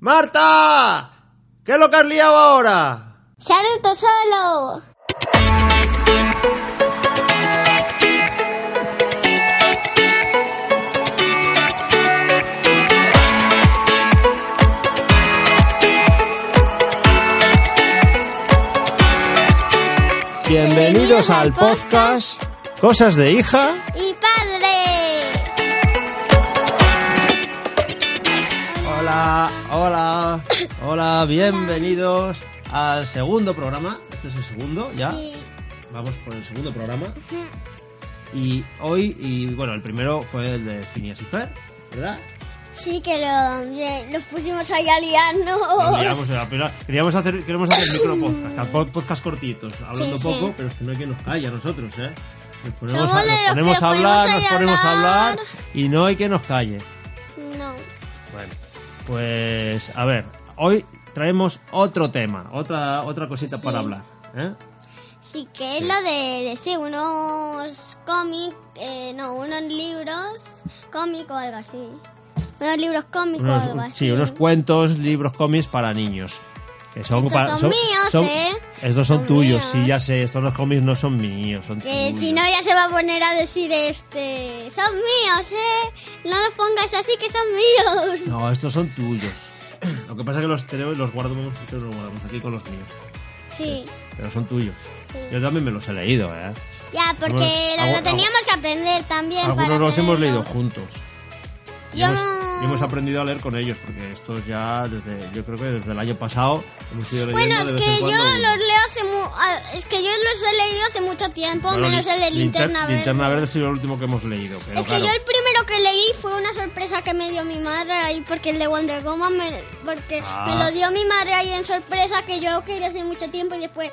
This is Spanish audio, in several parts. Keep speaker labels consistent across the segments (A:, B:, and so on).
A: ¡Marta! ¿Qué es lo que has liado ahora?
B: ¡Saluto solo!
A: Bienvenidos al podcast Cosas de hija.
B: ¡Y padre!
A: Hola, hola, hola, bienvenidos al segundo programa. Este es el segundo, ya.
B: Sí.
A: Vamos por el segundo programa. Y hoy, y bueno, el primero fue el de Phineas y Fer, ¿verdad?
B: Sí, que lo, que nos pusimos ahí a liarnos.
A: Nos liamos en la pila. Queríamos hacer, queremos hacer micropodcast, a pod- podcast cortitos, hablando
B: Sí, sí.
A: poco, pero es que no hay quien nos calle a nosotros, ¿eh? Nos ponemos,
B: Somos
A: a,
B: de
A: nos
B: los que
A: ponemos
B: nos
A: a hablar,
B: ponemos
A: nos
B: a
A: ponemos a hablar
B: llorar.
A: y no hay que nos calle.
B: No.
A: Bueno, pues a ver, hoy traemos otro tema, otra, otra cosita
B: Sí.
A: para hablar. ¿eh?
B: Sí, que es lo de decir unos cómics, eh, no, unos libros cómicos o algo así. Unos libros cómicos o
A: Unos-
B: algo así.
A: sí, unos cuentos, libros, cómics para niños. Que son,
B: Estos
A: para-
B: son míos, ¿eh?
A: Estos son,
B: Son
A: tuyos,
B: míos.
A: sí, ya sé. Estos los cómics no son míos, son
B: Que
A: tuyos.
B: si no ya se va a poner a decir este, son míos, eh. No los pongas así que son míos.
A: No, estos son tuyos. Lo que pasa es que los tenemos, los guardamos, los guardamos aquí con los míos.
B: Sí.
A: Pero son tuyos.
B: Sí.
A: Yo también me los he leído, ¿eh?
B: Ya, porque
A: Bueno,
B: lo,
A: algu-
B: teníamos que aprender también. para
A: Algunos los hemos
B: tenerlo.
A: leído juntos. Y
B: Yo
A: hemos,
B: no-
A: y hemos aprendido a leer con ellos, porque estos ya, desde, yo creo que desde el año pasado, hemos ido leyendo.
B: Bueno,
A: de
B: es
A: vez en
B: que yo
A: cuando uno.
B: los leo hace mu- ah, es que yo los he leído hace mucho tiempo,
A: Bueno,
B: menos el de
A: Lin-
B: Linterna
A: Linter-
B: Verde.
A: Linterna Verde ha sido el último que hemos leído. pero
B: es que
A: claro,
B: yo el primero que leí fue una sorpresa que me dio mi madre ahí porque el de Wonder Woman me, porque
A: Ah.
B: me lo dio mi madre ahí en sorpresa que yo quería hace mucho tiempo y después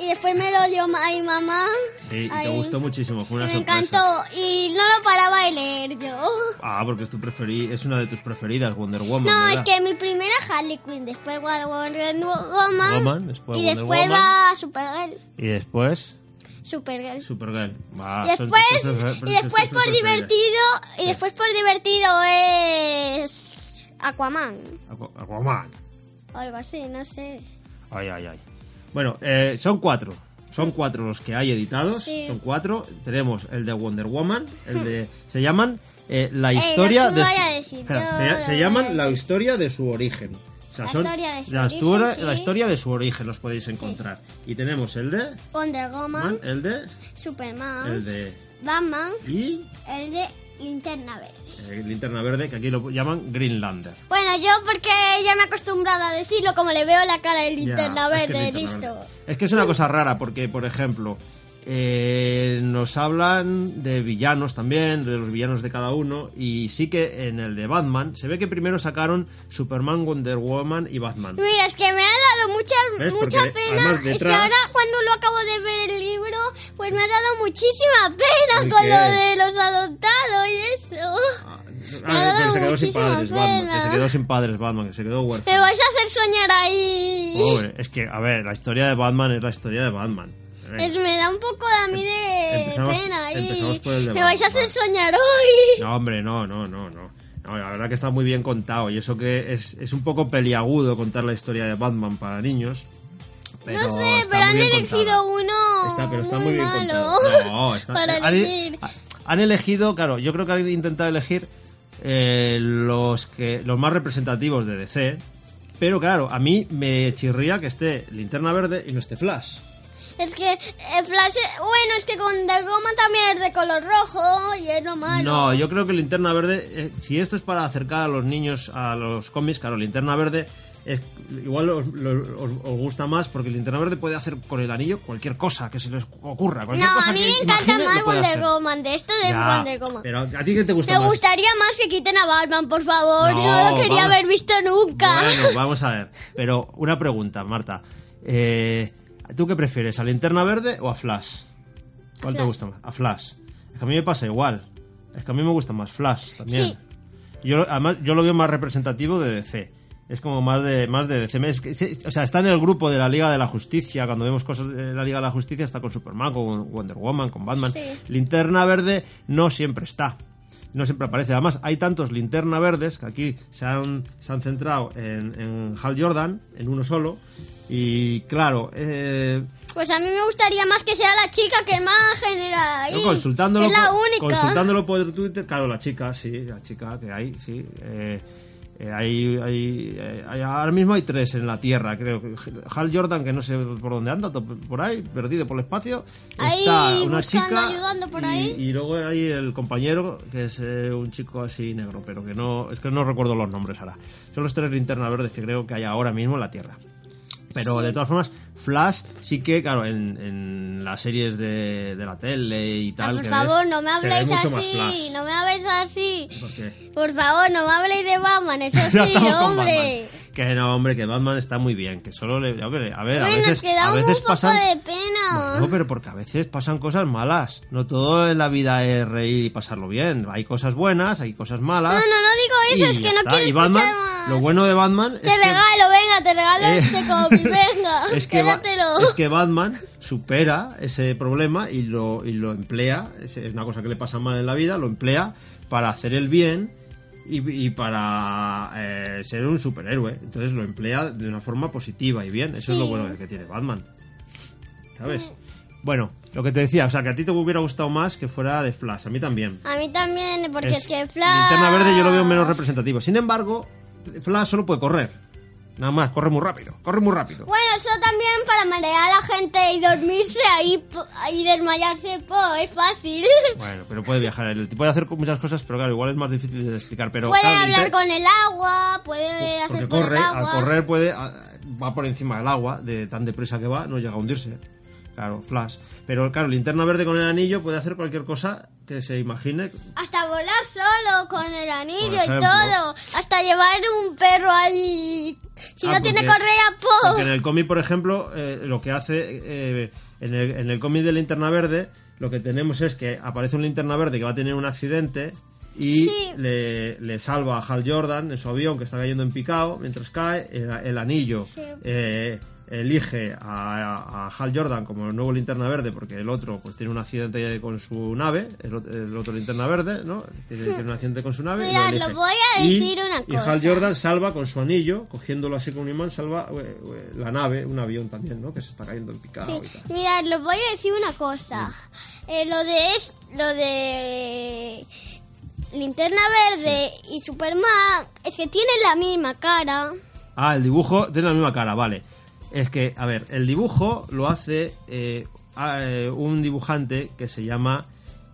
B: y después me lo dio ma- mi mamá.
A: Sí, y te
B: ahí.
A: gustó muchísimo, fue una
B: me
A: sorpresa.
B: encantó y no lo paraba de leer yo.
A: Ah, porque es, tu preferi- es una de tus preferidas, Wonder Woman.
B: No,
A: ¿verdad?
B: es que mi primera Harley Quinn, después Wonder Woman,
A: Woman, después
B: y
A: Wonder
B: después
A: Woman.
B: va Supergirl.
A: Y después,
B: Supergirl.
A: Supergirl. Ah,
B: Y
A: son
B: después,
A: tus prefer-
B: y después
A: tus
B: por
A: preferidas.
B: divertido, y después por divertido es Aquaman
A: Aqu- Aquaman.
B: o algo así, no sé.
A: Ay, ay, ay. Bueno, eh, son cuatro. Son cuatro los que hay editados.
B: Sí.
A: Son cuatro. Tenemos el de Wonder Woman, el de. Se llaman eh, La
B: no,
A: historia
B: tú
A: de.
B: vaya
A: su-
B: a decir,
A: Espera,
B: yo
A: se-
B: lo
A: se,
B: voy a
A: llaman
B: decir.
A: La historia de su origen. O sea,
B: La
A: son
B: historia de su
A: la,
B: origen,
A: historia-
B: sí.
A: la historia de su origen los podéis encontrar. Y tenemos el de.
B: Wonder Woman,
A: Man, el de.
B: Superman,
A: El de.
B: Batman,
A: Y.
B: el de Linterna Verde.
A: eh, Linterna Verde, que aquí lo llaman Greenlander.
B: Bueno, yo porque ya me he acostumbrado a decirlo como le veo la cara de
A: Ya,
B: Linterna
A: es que
B: Verde,
A: Linterna
B: listo.
A: Verde. Es que es una cosa rara porque, por ejemplo, eh, nos hablan de villanos también, de los villanos de cada uno, y sí que en el de Batman se ve que primero sacaron Superman, Wonder Woman y Batman.
B: Mira, es que me ha dado mucha,
A: ¿Ves?
B: mucha
A: Porque
B: pena.
A: además
B: Es que
A: detrás-
B: ahora cuando lo acabo de ver el libro, pues me ha dado muchísima pena
A: ¿El
B: con
A: qué?
B: lo de los adoptados y eso.
A: Ah,
B: ha dado
A: que se quedó sin
B: muchísima
A: padres Batman, que
B: pena.
A: se quedó sin padres Batman, que se quedó huérfano.
B: Me vais a hacer soñar ahí.
A: Pobre, es que, a ver, la historia de Batman es la historia de Batman. Venga.
B: Es- me da un poco a mí de
A: Empezamos-
B: pena ahí.
A: empezamos por el de
B: Me vais a
A: Batman.
B: hacer soñar hoy.
A: No, hombre, no, no, no, no. No, la verdad que está muy bien contado. Y eso que es, es un poco peliagudo contar la historia de Batman para niños. Pero
B: no sé,
A: está
B: pero
A: muy
B: han
A: bien
B: elegido
A: contada.
B: uno
A: Está, pero está muy,
B: muy,
A: bien
B: malo
A: contado. No, está-
B: para
A: han, e-
B: elegir.
A: han elegido, claro, yo creo que han intentado elegir eh, los, que, los más representativos de DC. Pero claro, a mí me chirría que esté Linterna Verde y no esté Flash.
B: Es que eh, Flash, bueno, es que con The Goma también es de color rojo y es lo malo.
A: No, yo creo que Linterna Verde, eh, si esto es para acercar a los niños a los cómics, claro, Linterna Verde es, igual os, lo- os- os gusta más porque Linterna Verde puede hacer con el anillo cualquier cosa que se les ocurra.
B: No,
A: Cualquier cosa
B: a mí
A: que
B: me encanta
A: imagine,
B: más
A: lo puede
B: Wonder
A: hacer.
B: Woman. De esto de
A: Ya,
B: Wonder Woman.
A: Pero a ti qué te gusta
B: Me
A: más.
B: gustaría más que quiten a Batman, por favor.
A: No,
B: Yo no lo quería
A: vamos.
B: haber visto nunca.
A: Bueno, vamos a ver. Pero una pregunta, Marta. Eh, ¿Tú qué prefieres, a Linterna Verde o a Flash? ¿Cuál te
B: Flash.
A: gusta más? A Flash. Es que a mí me pasa igual. Es que a mí me gusta más Flash también.
B: Sí.
A: Yo, además, yo lo veo más representativo de DC. Es como más de, más de DC. Es que se- o sea, está en el grupo de la Liga de la Justicia. Cuando vemos cosas de la Liga de la Justicia, está con Superman, con Wonder Woman, con Batman.
B: Sí.
A: Linterna Verde no siempre está. no siempre aparece. Además, hay tantos linterna verdes que aquí se han, se han centrado en, en Hal Jordan, en uno solo. Y claro, eh,
B: Pues a mí me gustaría más que sea la chica que más genera ahí.
A: Yo consultándolo,
B: que es la
A: por-
B: única.
A: consultándolo por Twitter, claro, la chica, sí, la chica que hay, sí. eh, eh, hay, hay- eh, hay- ahora mismo hay tres en la Tierra, creo. Hal Jordan, que no sé por dónde anda, to- por ahí, perdido por el espacio.
B: Ahí,
A: Está una
B: buscando,
A: chica.
B: ayudando por
A: y,
B: ahí.
A: y luego hay el compañero, que es eh, un chico así negro, pero que no. Es que no recuerdo los nombres ahora. Son los tres linternas verdes que creo que hay ahora mismo en la Tierra. Pero de todas formas, Flash sí que, claro, en, en las series de, de la tele y
B: Ah,
A: tal.
B: por
A: que
B: favor,
A: ves,
B: no me
A: se ve
B: habléis
A: mucho más
B: así.
A: Flash.
B: No me habléis así.
A: ¿Por qué?
B: Por favor, no me habléis de Batman. Eso
A: Ya
B: sí,
A: estamos con
B: hombre.
A: Batman. Que no, hombre, que Batman está muy bien. Que solo le. hombre, a ver, a
B: Bueno, nos
A: veces, a
B: quedamos
A: veces
B: un poco
A: pasan.
B: de pena.
A: No, pero porque a veces pasan cosas malas. No todo en la vida es reír y pasarlo bien. Hay cosas buenas, hay cosas malas.
B: No, no, no digo eso,
A: y
B: es
A: ya
B: que no
A: está.
B: quiero
A: Y Batman,
B: escuchar más.
A: Lo bueno de Batman
B: Te
A: es que
B: regalo, venga, te regalo
A: Eh,
B: este copy, venga,
A: es que, Ba-
B: quédatelo.
A: es que Batman supera ese problema y lo, y lo emplea, es, es una cosa que le pasa mal en la vida, lo emplea para hacer el bien y, y para eh, ser un superhéroe. Entonces lo emplea de una forma positiva y bien. Eso es lo
B: Sí. Mm.
A: bueno que tiene Batman. ¿Sabes? Bueno, lo que te decía, o sea, que a ti te hubiera gustado más que fuera de Flash, a mí también.
B: A mí también, porque es, que Flash...
A: Linterna verde yo lo veo menos representativo. Sin embargo, Flash solo puede correr. Nada más, corre muy rápido, corre muy rápido.
B: Bueno, eso también para marear a la gente y dormirse ahí po- y desmayarse, po, es fácil.
A: Bueno, pero puede viajar. él Puede hacer muchas cosas, pero claro, igual es más difícil de explicar. Pero
B: puede
A: claro,
B: hablar
A: inter-
B: con el agua, puede
A: Porque
B: hacer por
A: corre,
B: el
A: al
B: agua.
A: correr puede. a- Va por encima del agua, de tan deprisa que va, no llega a hundirse. Claro, Flash. Pero claro, linterna verde con el anillo puede hacer cualquier cosa que se imagine.
B: Hasta volar solo con el anillo y
A: ejemplo.
B: todo. Hasta llevar un perro ahí. Si
A: Ah,
B: no tiene
A: porque-
B: correa,
A: Porque en
B: po.
A: el cómic, por ejemplo, eh, lo que hace. eh, en el, en el cómic de linterna verde, lo que tenemos es que aparece un linterna verde que va a tener un accidente. Y
B: Sí.
A: le, le salva a Hal Jordan en su avión que está cayendo en picado. Mientras cae, el, el anillo
B: Sí.
A: eh, elige a, a- a Hal Jordan como el nuevo linterna verde porque el otro pues tiene un accidente con su nave. El, ot- el otro linterna verde, ¿no? Tiene, tiene un accidente con su nave. y lo
B: Mirad,
A: elige.
B: lo voy a
A: Y-
B: decir una
A: Y
B: cosa.
A: Hal Jordan salva con su anillo, cogiéndolo así con un imán, salva eh, eh, la nave, un avión también, ¿no? Que se está cayendo en picado y tal.
B: Mirad, les voy a decir una cosa. Eh, lo de es, lo de Linterna Verde y Superman es que tienen la misma cara.
A: Ah, el dibujo tiene la misma cara, vale. Es que, a ver, el dibujo lo hace eh, a- eh, un dibujante que se llama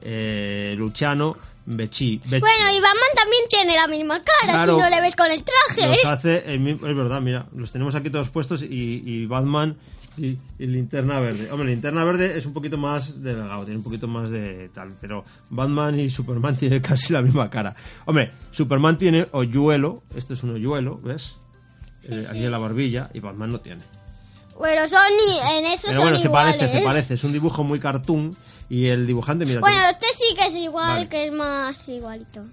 A: eh, Luciano Becci. Becci.
B: Bueno, y Batman también tiene la misma cara
A: Claro.
B: si no le ves con el traje.
A: Los hace el mismo- es verdad, mira, los tenemos aquí todos puestos y, y Batman y, y Linterna Verde. Hombre, Linterna Verde es un poquito más delgado, tiene un poquito más de tal, pero Batman y Superman tienen casi la misma cara. Hombre, Superman tiene hoyuelo, esto es un hoyuelo, ¿ves? Eh, Aquí en la barbilla y Batman no tiene.
B: Bueno, son i- en eso
A: Pero
B: son
A: Eh, bueno, se
B: iguales.
A: parece, se parece, es un dibujo muy cartoon y el dibujante, mira,
B: Bueno,
A: tiene-
B: este sí que es igual,
A: Vale.
B: que es más igualito.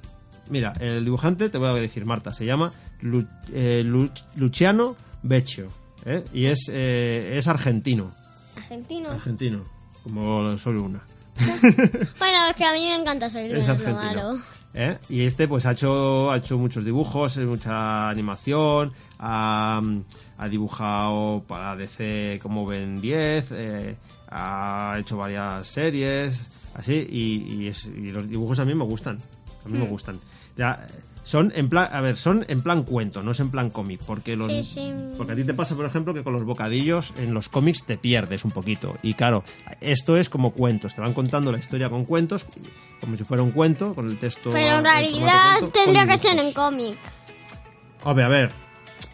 A: mira, el dibujante te voy a decir, Marta, se llama Lu- eh, Lu- Luciano Beccio ¿eh? y es, eh, es argentino.
B: Argentino.
A: Argentino, como solo una.
B: Bueno, es que a mí me encanta salir
A: Es
B: lo
A: argentino.
B: malo.
A: ¿eh? Y este pues ha hecho, ha hecho muchos dibujos, eh, mucha animación, ha, ha dibujado para DC como Ben 10, eh, ha hecho varias series, así, y, y es- y los dibujos a mí me gustan, a
B: Hmm.
A: mí me gustan. Ya, eh, son en plan, a ver, son en plan cuento, no es en plan cómic, porque los,
B: Sí, sí.
A: porque a ti te pasa, por ejemplo, que con los bocadillos en los cómics te pierdes un poquito. Y claro, esto es como cuentos. Te van contando la historia con cuentos, como si fuera un cuento, con el texto.
B: Pero en
A: en formato
B: realidad
A: cuento, pues. con
B: tendría que ser en
A: dibujos.
B: cómic.
A: A ver, a ver.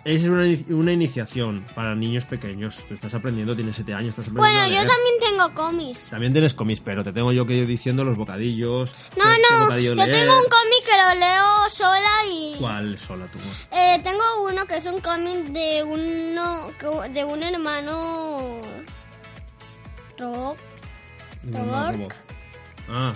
A: Es una, ini- una iniciación para niños pequeños. Tú estás aprendiendo, tienes 7 años, estás aprendiendo.
B: Bueno,
A: a
B: yo
A: leer.
B: también tengo cómics.
A: También tienes cómics, pero te tengo yo que ir diciendo los bocadillos.
B: No,
A: qué- qué
B: no,
A: bocadillo
B: yo
A: Este, leer.
B: tengo un cómic que lo leo sola y...
A: ¿Cuál sola tú?
B: Eh, tengo uno que es un cómic de uno que- de un hermano rock
A: No, no,
B: Rock.
A: robot. Ah,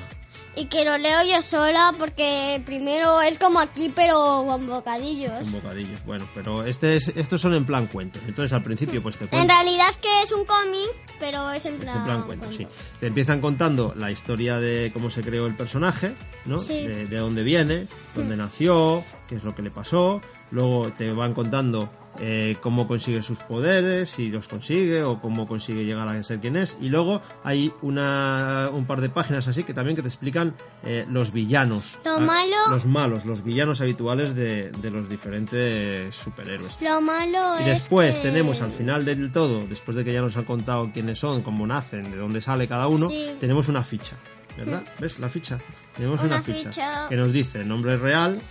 B: y que lo leo yo sola porque primero es como aquí pero con bocadillos.
A: Con bocadillos, bueno, pero este es, estos son en plan cuentos. Entonces al principio pues te
B: En
A: cuentan.
B: realidad es que es un cómic, pero es en
A: Es
B: plan,
A: en plan cuentos, sí.
B: cuento.
A: Te empiezan contando la historia de cómo se creó el personaje, ¿no?
B: Sí.
A: De, de dónde viene, dónde nació, qué es lo que le pasó. Luego te van contando eh, cómo consigue sus poderes, si los consigue o cómo consigue llegar a ser quien es. Y luego hay una, un par de páginas así que también que te explican eh, los villanos.
B: Lo
A: Ah,
B: malo-
A: Los malos, los villanos habituales de, de los diferentes superhéroes.
B: Lo malo
A: Y
B: es
A: después
B: que-
A: tenemos al final del todo, después de que ya nos han contado quiénes son, cómo nacen, de dónde sale cada uno,
B: Sí.
A: tenemos una ficha, ¿verdad? ¿Ves? La ficha. Tenemos una,
B: Una
A: ficha,
B: ficha.
A: que nos dice nombre real.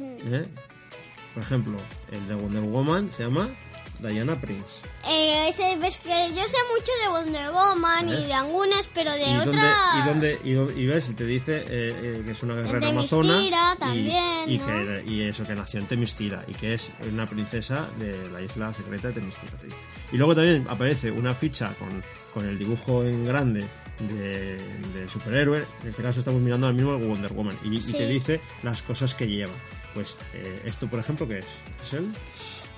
A: ¿eh? Por ejemplo, el de Wonder Woman se llama Diana Prince.
B: Eh, ese- ves que yo sé mucho de Wonder Woman
A: ¿Ves?
B: y de algunas, pero de
A: y,
B: otras...
A: dónde, y, dónde- y dónde- y ves, y te dice eh, eh, que es una guerrera
B: Themyscira
A: amazona. y-
B: también,
A: y,
B: ¿no?
A: que- y eso, que nació en Temistira y que es una princesa de la isla secreta de Temistira. te dice. Y luego también aparece una ficha con, con el dibujo en grande de- del superhéroe. En este caso estamos mirando al mismo Wonder Woman. Y, y
B: Sí.
A: te dice las cosas que lleva. Pues eh, esto, por ejemplo, ¿qué es? ¿Es él?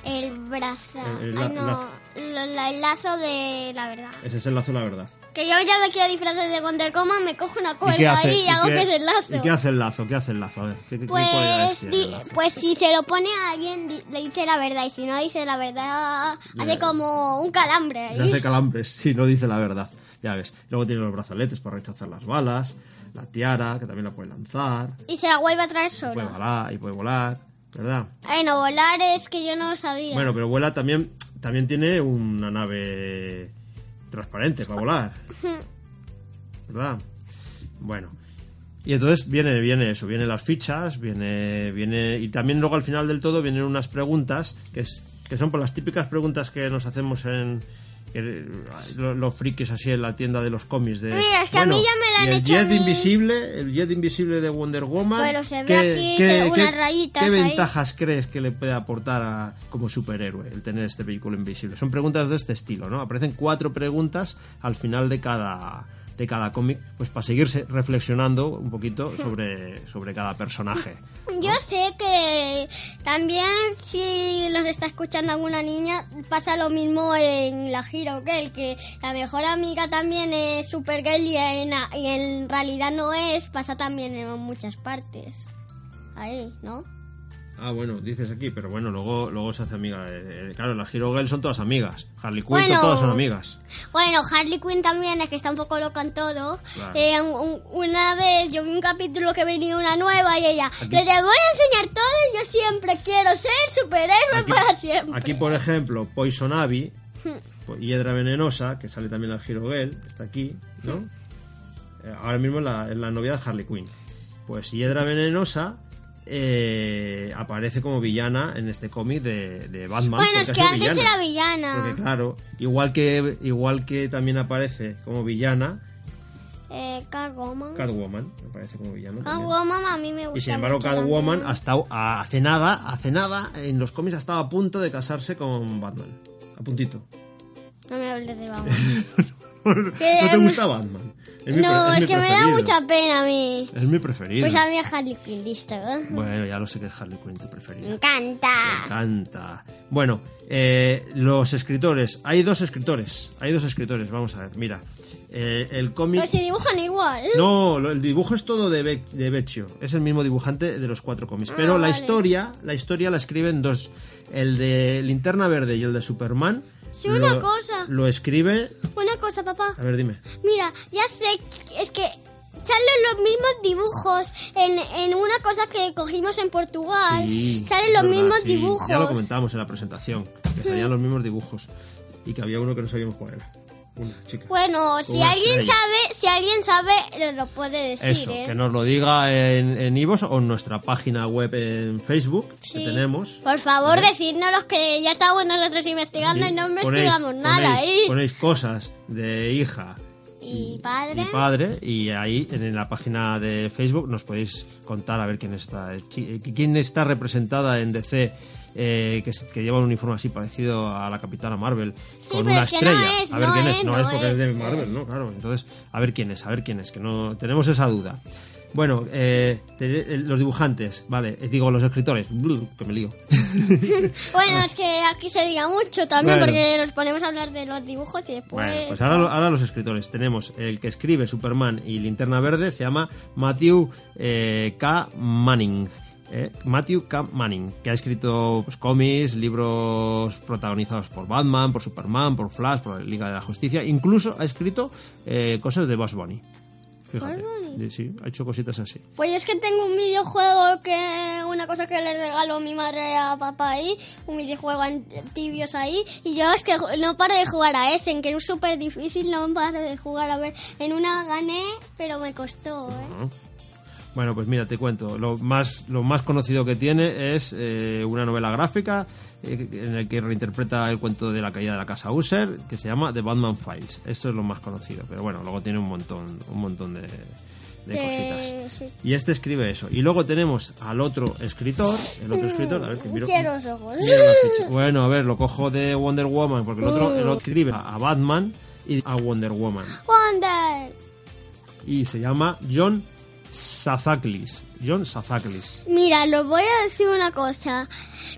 B: El brazo.
A: El- el
B: ah,
A: la-
B: no,
A: lazo.
B: lo- la- el lazo de la verdad.
A: Ese es el lazo de la verdad.
B: Que yo ya me quiero disfrazar de Wonder Woman, me cojo una
A: ¿Y qué
B: cuerda
A: hace?
B: ahí y, hago
A: qué-
B: que es el lazo.
A: ¿Y qué hace el lazo? ¿Qué hace el lazo? A ver, ¿qué, qué- qué cualidades
B: Pues,
A: tiene el
B: di-
A: lazo?
B: pues si se lo pone a alguien, di- le dice la verdad. Y si no dice la verdad,
A: Ya.
B: hace como un calambre
A: Le hace
B: ahí.
A: calambres, si no dice la verdad. Ya ves. Luego tiene los brazaletes para rechazar las balas, la tiara, que también la puede lanzar,
B: Y se la vuelve a traer solo.
A: puede volar y puede volar, ¿verdad?
B: Bueno, volar es que yo no sabía.
A: Bueno, pero vuela también, también tiene una nave transparente para volar, ¿verdad? Bueno. Y entonces viene, viene eso, vienen las fichas, viene, viene, y también luego al final del todo vienen unas preguntas que, es, que son por las típicas preguntas que nos hacemos en que- lo- los, frikis así en la tienda de los cómics de
B: Mira, es que a mí ya me la
A: y
B: han
A: el
B: hecho a
A: jet
B: mí.
A: invisible el jet invisible de Wonder Woman
B: Pero se ve
A: ¿qué-
B: aquí,
A: qué-
B: se- unas
A: qué-
B: rayitas
A: qué
B: ahí.
A: ventajas crees que le puede aportar a- como superhéroe el tener este vehículo invisible son preguntas de este estilo no aparecen cuatro preguntas al final de cada de cada cómic pues para seguirse reflexionando un poquito sobre sobre cada personaje
B: Yo sé que también si los está escuchando alguna niña, pasa lo mismo en la gira que el que la mejor amiga también es Supergirl y en, y en realidad no es, pasa también en muchas partes. Ahí, ¿no?
A: Ah, bueno, dices aquí, pero bueno, luego, luego se hace amiga. de- de- claro, las Hero Girls son todas amigas. Harley Quinn,
B: Bueno.
A: todas son amigas.
B: Bueno, Harley Quinn también es que está un poco loca en todo.
A: Claro.
B: Eh, un- una vez yo vi un capítulo que venía una nueva y ella, le te voy a enseñar todo y yo siempre quiero ser superhéroe para siempre. Hmm.
A: aquí, por ejemplo, Poison Ivy, po- Hiedra Venenosa, que sale también la Hero Girl, está aquí, ¿no?
B: Hmm.
A: Eh, Ahora mismo es la, es la novia de Harley Quinn. Pues Hiedra Venenosa eh, aparece como villana en este cómic de, de Batman.
B: bueno,
A: porque
B: es
A: ha
B: que
A: sido
B: antes era villana.
A: Porque claro, igual que, igual que también aparece como villana
B: Eh, Catwoman.
A: Catwoman, aparece como villana. también.
B: Catwoman a mí me gusta.
A: Y sin embargo,
B: mucho
A: Catwoman
B: también.
A: hasta hace nada, hace nada, en los cómics ha estado a punto de casarse con Batman. A puntito.
B: No me hables de Batman.
A: ¿No te gusta Batman? Es mi
B: no,
A: pre-
B: es,
A: mi
B: que me da
A: preferido.
B: mucha pena a mí.
A: Es mi preferido.
B: Pues a mí es Harley Quinn, listo. ¿eh?
A: Bueno, ya lo sé que es Harley Quinn tu
B: Me
A: preferido. Me
B: encanta.
A: encanta. Bueno, eh, los escritores. Hay dos escritores. Hay dos escritores. Vamos a ver, mira. Eh, el cómic.
B: Pero Pues si dibujan igual.
A: No, lo- el dibujo es todo de, Be- de Vecchio. Es el mismo dibujante de los cuatro cómics. Pero la
B: Ah, vale.
A: historia, la historia la escriben dos. El de Linterna Verde y el de Superman.
B: Sí, una cosa.
A: Lo escribe.
B: Una cosa, papá.
A: A ver, dime.
B: Mira, ya sé, es que salen los mismos dibujos en, en una cosa que cogimos en Portugal.
A: Sí,
B: salen los
A: es verdad,
B: mismos
A: sí.
B: dibujos. Hmm.
A: Ya lo comentábamos en la presentación. Que salían los mismos dibujos. Y que había uno que no sabíamos cuál era. Una chica.
B: Bueno, si
A: Una
B: alguien
A: estrella.
B: sabe, si alguien sabe, lo, lo puede decir,
A: Eso,
B: ¿eh?
A: que nos lo diga en en Ivos o en nuestra página web en Facebook
B: Sí.
A: que tenemos.
B: Por favor, decidnos los que ya estamos nosotros investigando y no investigamos
A: Ponéis-
B: nada ¿eh?
A: ponéis-
B: ahí.
A: Ponéis cosas de hija
B: Y padre.
A: mi padre y ahí en la página de Facebook nos podéis contar a ver quién está chi- eh, quién está representada en DC eh, que, se- que lleva un uniforme así parecido a la Capitana Marvel con
B: pero
A: una
B: es que no
A: estrella
B: es,
A: a ver
B: no
A: quién
B: es,
A: es no,
B: no
A: es porque es,
B: es,
A: de
B: eh.
A: Marvel no claro entonces a ver quién es a ver quién es que no tenemos esa duda Bueno, eh, te- eh, los dibujantes, vale, eh, digo los escritores, Blu, que me lío.
B: Bueno, es que aquí sería mucho también
A: Bueno.
B: porque nos ponemos a hablar de los dibujos y después...
A: Bueno, pues ahora, lo- ahora los escritores. Tenemos el que escribe Superman y Linterna Verde, se llama Matthew eh, K. Manning. eh, Matthew K. Manning, que ha escrito pues, cómics, libros protagonizados por Batman, por Superman, por Flash, por la Liga de la Justicia. Incluso ha escrito eh, cosas de Boss Bunny. Fíjate.
B: Bugs Bunny.
A: De- Sí, ha hecho cositas así.
B: Pues yo es que tengo un videojuego que una cosa que le regaló mi madre a papá ahí, un videojuego en tibios ahí, y yo es que ju- no paro de jugar a ese, en que es súper difícil, no paro de jugar a ver. En una gané, pero me costó, ¿eh?
A: Ajá. Bueno, pues mira, te cuento. Lo más, lo más conocido que tiene es eh, una novela gráfica eh, en el que reinterpreta el cuento de la caída de la casa User, que se llama The Batman Files. Esto es lo más conocido, pero bueno, luego tiene un montón, un montón de, de
B: Que-
A: cositas.
B: sí.
A: Y este escribe eso. Y luego tenemos al otro escritor, el otro escritor, a ver que miro.
B: Cierro los ojos.
A: Mira la ficha. Bueno, a ver, lo cojo de Wonder Woman, porque el otro, el otro escribe a Batman y a Wonder Woman
B: Wonder.
A: y se llama John Sazaklis. John Sazaklis.
B: Mira, los voy a decir una cosa.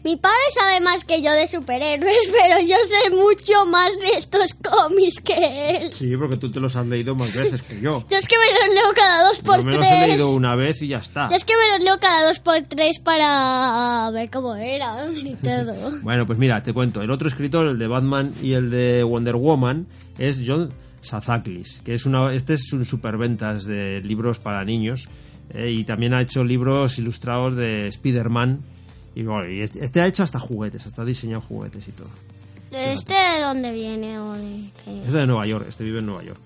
B: Mi padre sabe más que yo de superhéroes, pero yo sé mucho más de estos cómics que él.
A: Sí, porque tú te los has leído más veces que yo.
B: Yo es que me los leo cada dos por
A: Por lo menos
B: tres.
A: he leído una vez y ya está.
B: Yo es que me los leo cada dos por tres para ver cómo era y todo.
A: Bueno, pues mira, te cuento. El otro escritor, el de Batman y el de Wonder Woman, es John Sazaklis, que es una, este es un superventas de libros para niños eh, y también ha hecho libros ilustrados de Spider-Man. Y bueno, y este este ha hecho hasta juguetes, hasta ha diseñado juguetes y todo.
B: ¿Este de dónde viene o de qué?
A: Este de Nueva York, este vive en Nueva York.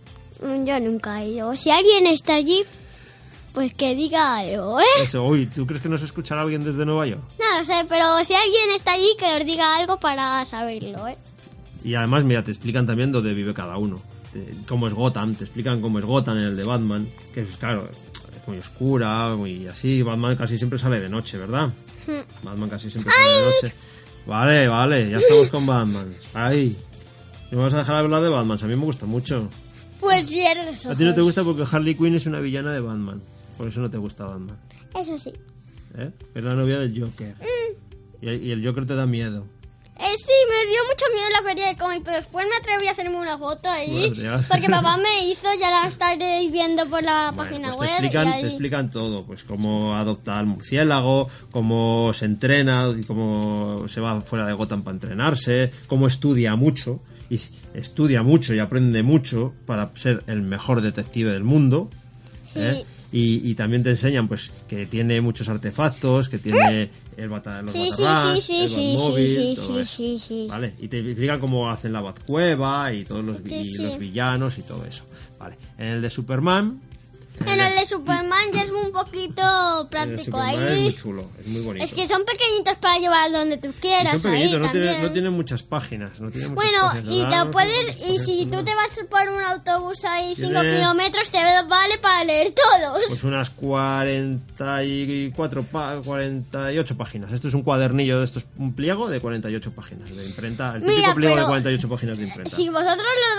B: Mm, Yo nunca he ido. Si alguien está allí, pues que diga algo, ¿eh?
A: Eso, uy, ¿tú crees que nos escuchará alguien desde Nueva York?
B: No lo sé, pero si alguien está allí, que os diga algo para saberlo, ¿eh?
A: Y además, mira, te explican también dónde vive cada uno. Te- Cómo es Gotham, te explican cómo es Gotham en el de Batman. Que es, claro, es muy oscura, muy así. Batman casi siempre sale de noche, ¿verdad? Batman casi siempre sale de noche. Vale, vale, ya estamos con Batman. Ay, no vamos a dejar hablar de Batman, si a mí me gusta mucho.
B: Pues cierra los
A: A
B: ojos.
A: ti no te gusta porque Harley Quinn es una villana de Batman. Por eso no te gusta Batman.
B: Eso sí.
A: ¿eh? Es la novia del Joker. Y el- y el Joker te da miedo.
B: Eh, sí, me dio mucho miedo la feria de cómic, pero después me atreví a hacerme una foto ahí.
A: Bueno, ya.
B: Porque papá me hizo, ya la estaréis viendo por la página
A: Bueno, pues
B: web.
A: Te explican,
B: y
A: te
B: ahí-
A: explican todo, pues cómo adopta al murciélago, cómo se entrena, y cómo se va fuera de Gotham para entrenarse, cómo estudia mucho, y s- estudia mucho y aprende mucho para ser el mejor detective del mundo. ¿eh? Y, y también te enseñan pues que tiene muchos artefactos, que tiene el bata, los
B: ¡Ah! Sí, sí,
A: Batarrans,
B: sí, sí,
A: el
B: sí,
A: Batmóvil,
B: sí, sí,
A: todo
B: sí,
A: eso,
B: sí, sí.
A: ¿vale? Y te explican cómo hacen la Batcueva y todos los, vi-
B: Sí,
A: y
B: sí.
A: los villanos y todo eso. Vale. En el de Superman
B: En el de Superman ya es un poquito práctico
A: Eh, Superman Es
B: ahí.
A: muy chulo, es muy bonito.
B: Es que son pequeñitos para llevar donde tú
A: Y
B: quieras.
A: son pequeñitos,
B: ahí
A: no tienen,
B: también.
A: no tienen muchas páginas. No tienen muchas
B: Bueno,
A: páginas,
B: y
A: ¿verdad?
B: te
A: No
B: puedes,
A: tienen
B: y
A: muchas
B: si
A: páginas.
B: tú te vas por un autobús ahí 5
A: Tiene-
B: kilómetros, te vale para leer todos.
A: Pues unas 44, pa- 48 páginas. Esto es un cuadernillo de estos, un pliego de 48 páginas de imprenta. El típico
B: Mira,
A: pliego de
B: pero-
A: 48 páginas de imprenta.
B: Si vosotros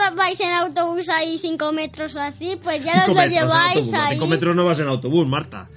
B: lo vais en autobús ahí 5 metros o así, pues ya
A: Cinco
B: os lo
A: metros en
B: lleváis
A: autobús. A
B: ahí.
A: cinco metros ah. no vas en autobús, Marta.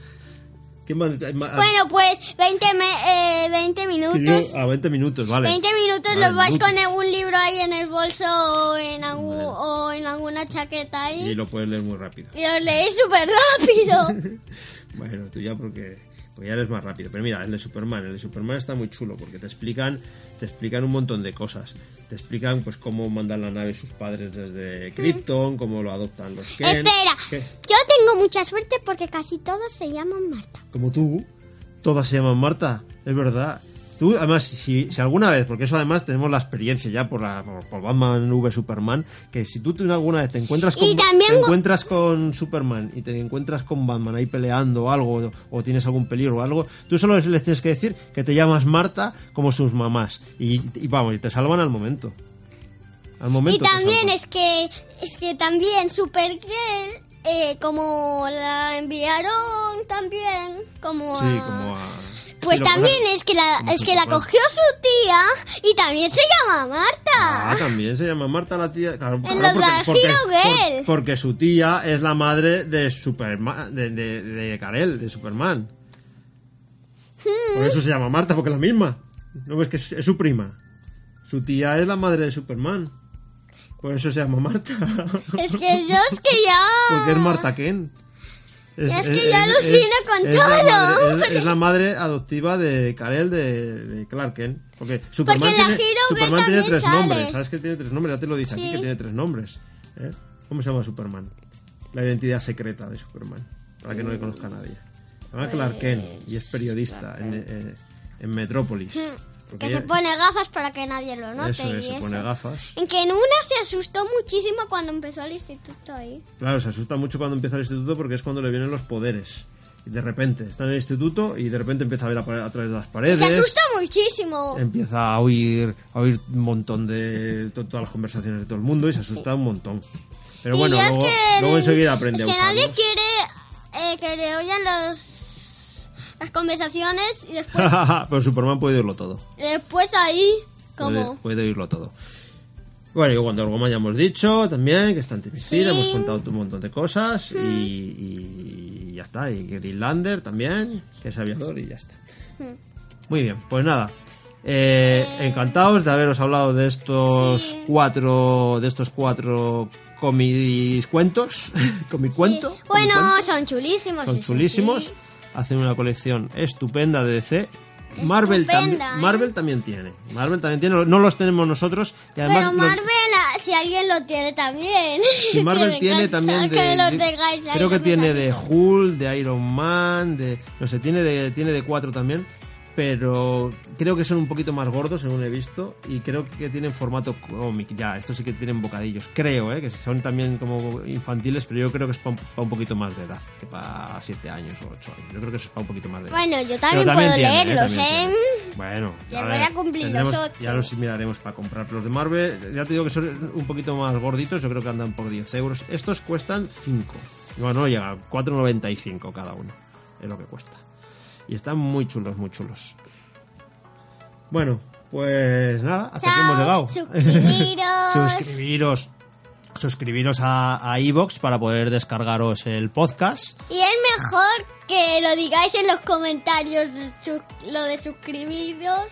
A: ¿Quién va en- ma- a-
B: Bueno, pues 20, me- eh, 20 minutos.
A: a 20 minutos, vale.
B: 20 minutos
A: Vale,
B: los vais
A: minutos.
B: con un libro ahí en el bolso o en, algún- o en alguna chaqueta
A: Y
B: ahí.
A: lo puedes leer muy rápido.
B: Y os leéis súper rápido.
A: Bueno, tú ya porque pues ya eres más rápido. Pero mira, el de Superman, el de Superman está muy chulo porque te explican, te explican un montón de cosas. Te explican pues cómo mandan la nave sus padres desde Krypton, cómo lo adoptan los Ken.
B: Espera,
A: ¿Qué?
B: yo tengo mucha suerte porque casi todos se llaman Marta.
A: Como tú, todas se llaman Marta, es verdad. Tú, además, si, si alguna vez, porque eso además tenemos la experiencia ya por, la, por, por Batman V Superman, que si tú, tú alguna vez te encuentras con,
B: Y también
A: te
B: gu-
A: encuentras con Superman y te encuentras con Batman ahí peleando o algo, o, o tienes algún peligro o algo, tú solo les- les tienes que decir que te llamas Marta como sus mamás. Y, y vamos, y te salvan al momento. Al momento.
B: Y
A: te
B: también
A: salvan.
B: es que, es que también Supergirl, eh, como la enviaron también, como,
A: Sí,
B: a-
A: como a.
B: Pues
A: lo
B: también
A: cogen-
B: es que la,
A: como
B: es que la
A: superman.
B: cogió su tía y también se llama Marta.
A: Ah, también se llama Marta la tía. Claro, claro,
B: los
A: porque,
B: Black
A: porque-
B: Hero
A: por-
B: Girl.
A: porque su tía es la madre de Superman, de, de, de Karel, de Superman.
B: Hmm.
A: Por eso se llama Marta, porque es la misma. No ves que es, es su prima. Su tía es la madre de Superman. Por eso se llama Marta.
B: Es que yo es que ya.
A: porque es Marta Ken.
B: Es que yo alucino con todo,
A: La madre, es-
B: porque-
A: es la madre adoptiva de Karel de, de Clark Kent. Porque Superman,
B: Porque la
A: tiene,
B: Hero Girl
A: Superman tiene
B: también
A: tres
B: sale.
A: nombres. ¿Sabes que tiene tres nombres? Ya te lo dice
B: Sí.
A: aquí, que tiene tres nombres. ¿eh? ¿Cómo se llama Superman? La identidad secreta de Superman. Para que no le conozca a nadie. Se
B: Pues
A: llama Clark Kent y es periodista en, eh, en Metrópolis. Porque
B: Hmm, Que se
A: ella-
B: pone gafas para que nadie lo note.
A: Eso es,
B: y
A: se
B: eso.
A: pone gafas.
B: En que en una se asustó muchísimo cuando empezó el instituto ahí.
A: Claro, se asusta mucho cuando empieza el instituto porque es cuando le vienen los poderes. Y de repente está en el instituto y de repente empieza a ver a, pa- a través de las paredes.
B: Se asustó muchísimo.
A: Eh, Empieza a oír, a oír un montón de to- todas las conversaciones de todo el mundo y se asusta un montón. Pero bueno,
B: y yo
A: luego,
B: es que, mm,
A: luego enseguida aprende
B: es
A: a
B: que nadie
A: usarlos.
B: quiere eh, que le oyan los, las conversaciones y después,
A: Pero Superman puede oírlo todo.
B: después ahí,
A: Puede,
B: como.
A: puede oírlo todo. Bueno, y Wonder Woman ya hemos dicho también que está en
B: Sí. Mm.
A: Twisted, hemos contado un montón de cosas y, y ya está. Y Greenlander también, que es aviador y ya está.
B: Mm.
A: Muy bien, pues nada. eh, encantados de haberos hablado de estos cuatro de estos cuatro comis cuentos comicuento
B: Bueno,
A: comicuento.
B: son chulísimos.
A: son
B: sí, sí,
A: chulísimos
B: sí.
A: hacen una colección estupenda de DC Marvel
B: Estupenda,
A: también
B: ¿eh?
A: Marvel también tiene Marvel también tiene no los tenemos nosotros y además
B: Pero
A: los-
B: Marvel, ah, si alguien lo tiene también.
A: Sí, Marvel
B: Que me
A: tiene
B: encanta
A: también de,
B: que los
A: de-
B: tengáis ahí,
A: creo que
B: me
A: tiene
B: encanta.
A: de Hulk, de Iron Man, de no sé, tiene de tiene de cuatro también, pero creo que son un poquito más gordos según he visto y creo que tienen formato cómic ya, estos sí que tienen bocadillos, creo, ¿eh? que son también como infantiles, pero yo creo que es para un, pa' un poquito más de edad, que para siete años o ocho años. Yo creo que es para un poquito más de edad.
B: Bueno, yo
A: Pero
B: también, puedo
A: tiene, ¿eh?
B: leerlos, ¿eh?
A: También tiene. Bueno,
B: Ya voy a cumplir los
A: tendremos-
B: ocho.
A: Ya los miraremos para comprar. Los de Marvel, ya te digo que son un poquito más gorditos, yo creo que andan por 10 euros. Estos cuestan 5. No, no llega, 4,95 cada uno. Es lo que cuesta. Y están muy chulos, muy chulos. Bueno, pues nada, hasta aquí hemos llegado.
B: Chao, suscribiros.
A: suscribiros. Suscribiros a, a iVoox para poder descargaros el podcast.
B: Y es mejor que lo digáis en los comentarios sus- lo de suscribiros.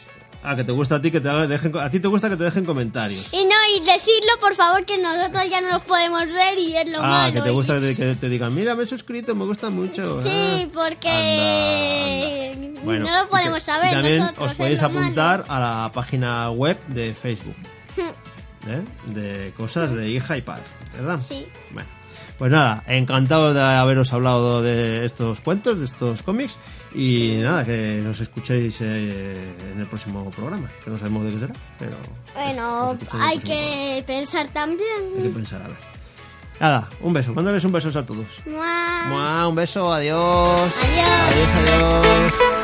A: A Ah, que te gusta a ti que te haga- dejen, a ti te gusta que te dejen comentarios.
B: Y no, y decirlo, por favor, que nosotros ya no los podemos ver y es lo
A: ah,
B: malo.
A: que te
B: y-
A: gusta que te, que te digan, mira, me he suscrito, me gusta mucho.
B: Sí,
A: Ah.
B: porque
A: Anda, anda.
B: no lo podemos
A: y te-
B: saber
A: y También
B: nosotros,
A: os
B: es
A: podéis
B: lo malo.
A: apuntar a la página web de Facebook. ¿eh? De cosas de hija y padre, ¿verdad?
B: Sí.
A: Bueno, pues nada, encantado de haberos hablado de estos cuentos, de estos cómics. Y nada, que nos escuchéis eh, en el próximo programa. Que no sabemos de qué será, pero. nos
B: Bueno,
A: escuchéis en el
B: hay
A: próximo programa.
B: que pensar
A: Hay que
B: también.
A: pensar, a ver. Nada, un beso. Mándales un beso a todos.
B: Mua.
A: Mua, un beso, adiós.
B: Adiós.
A: Adiós, adiós.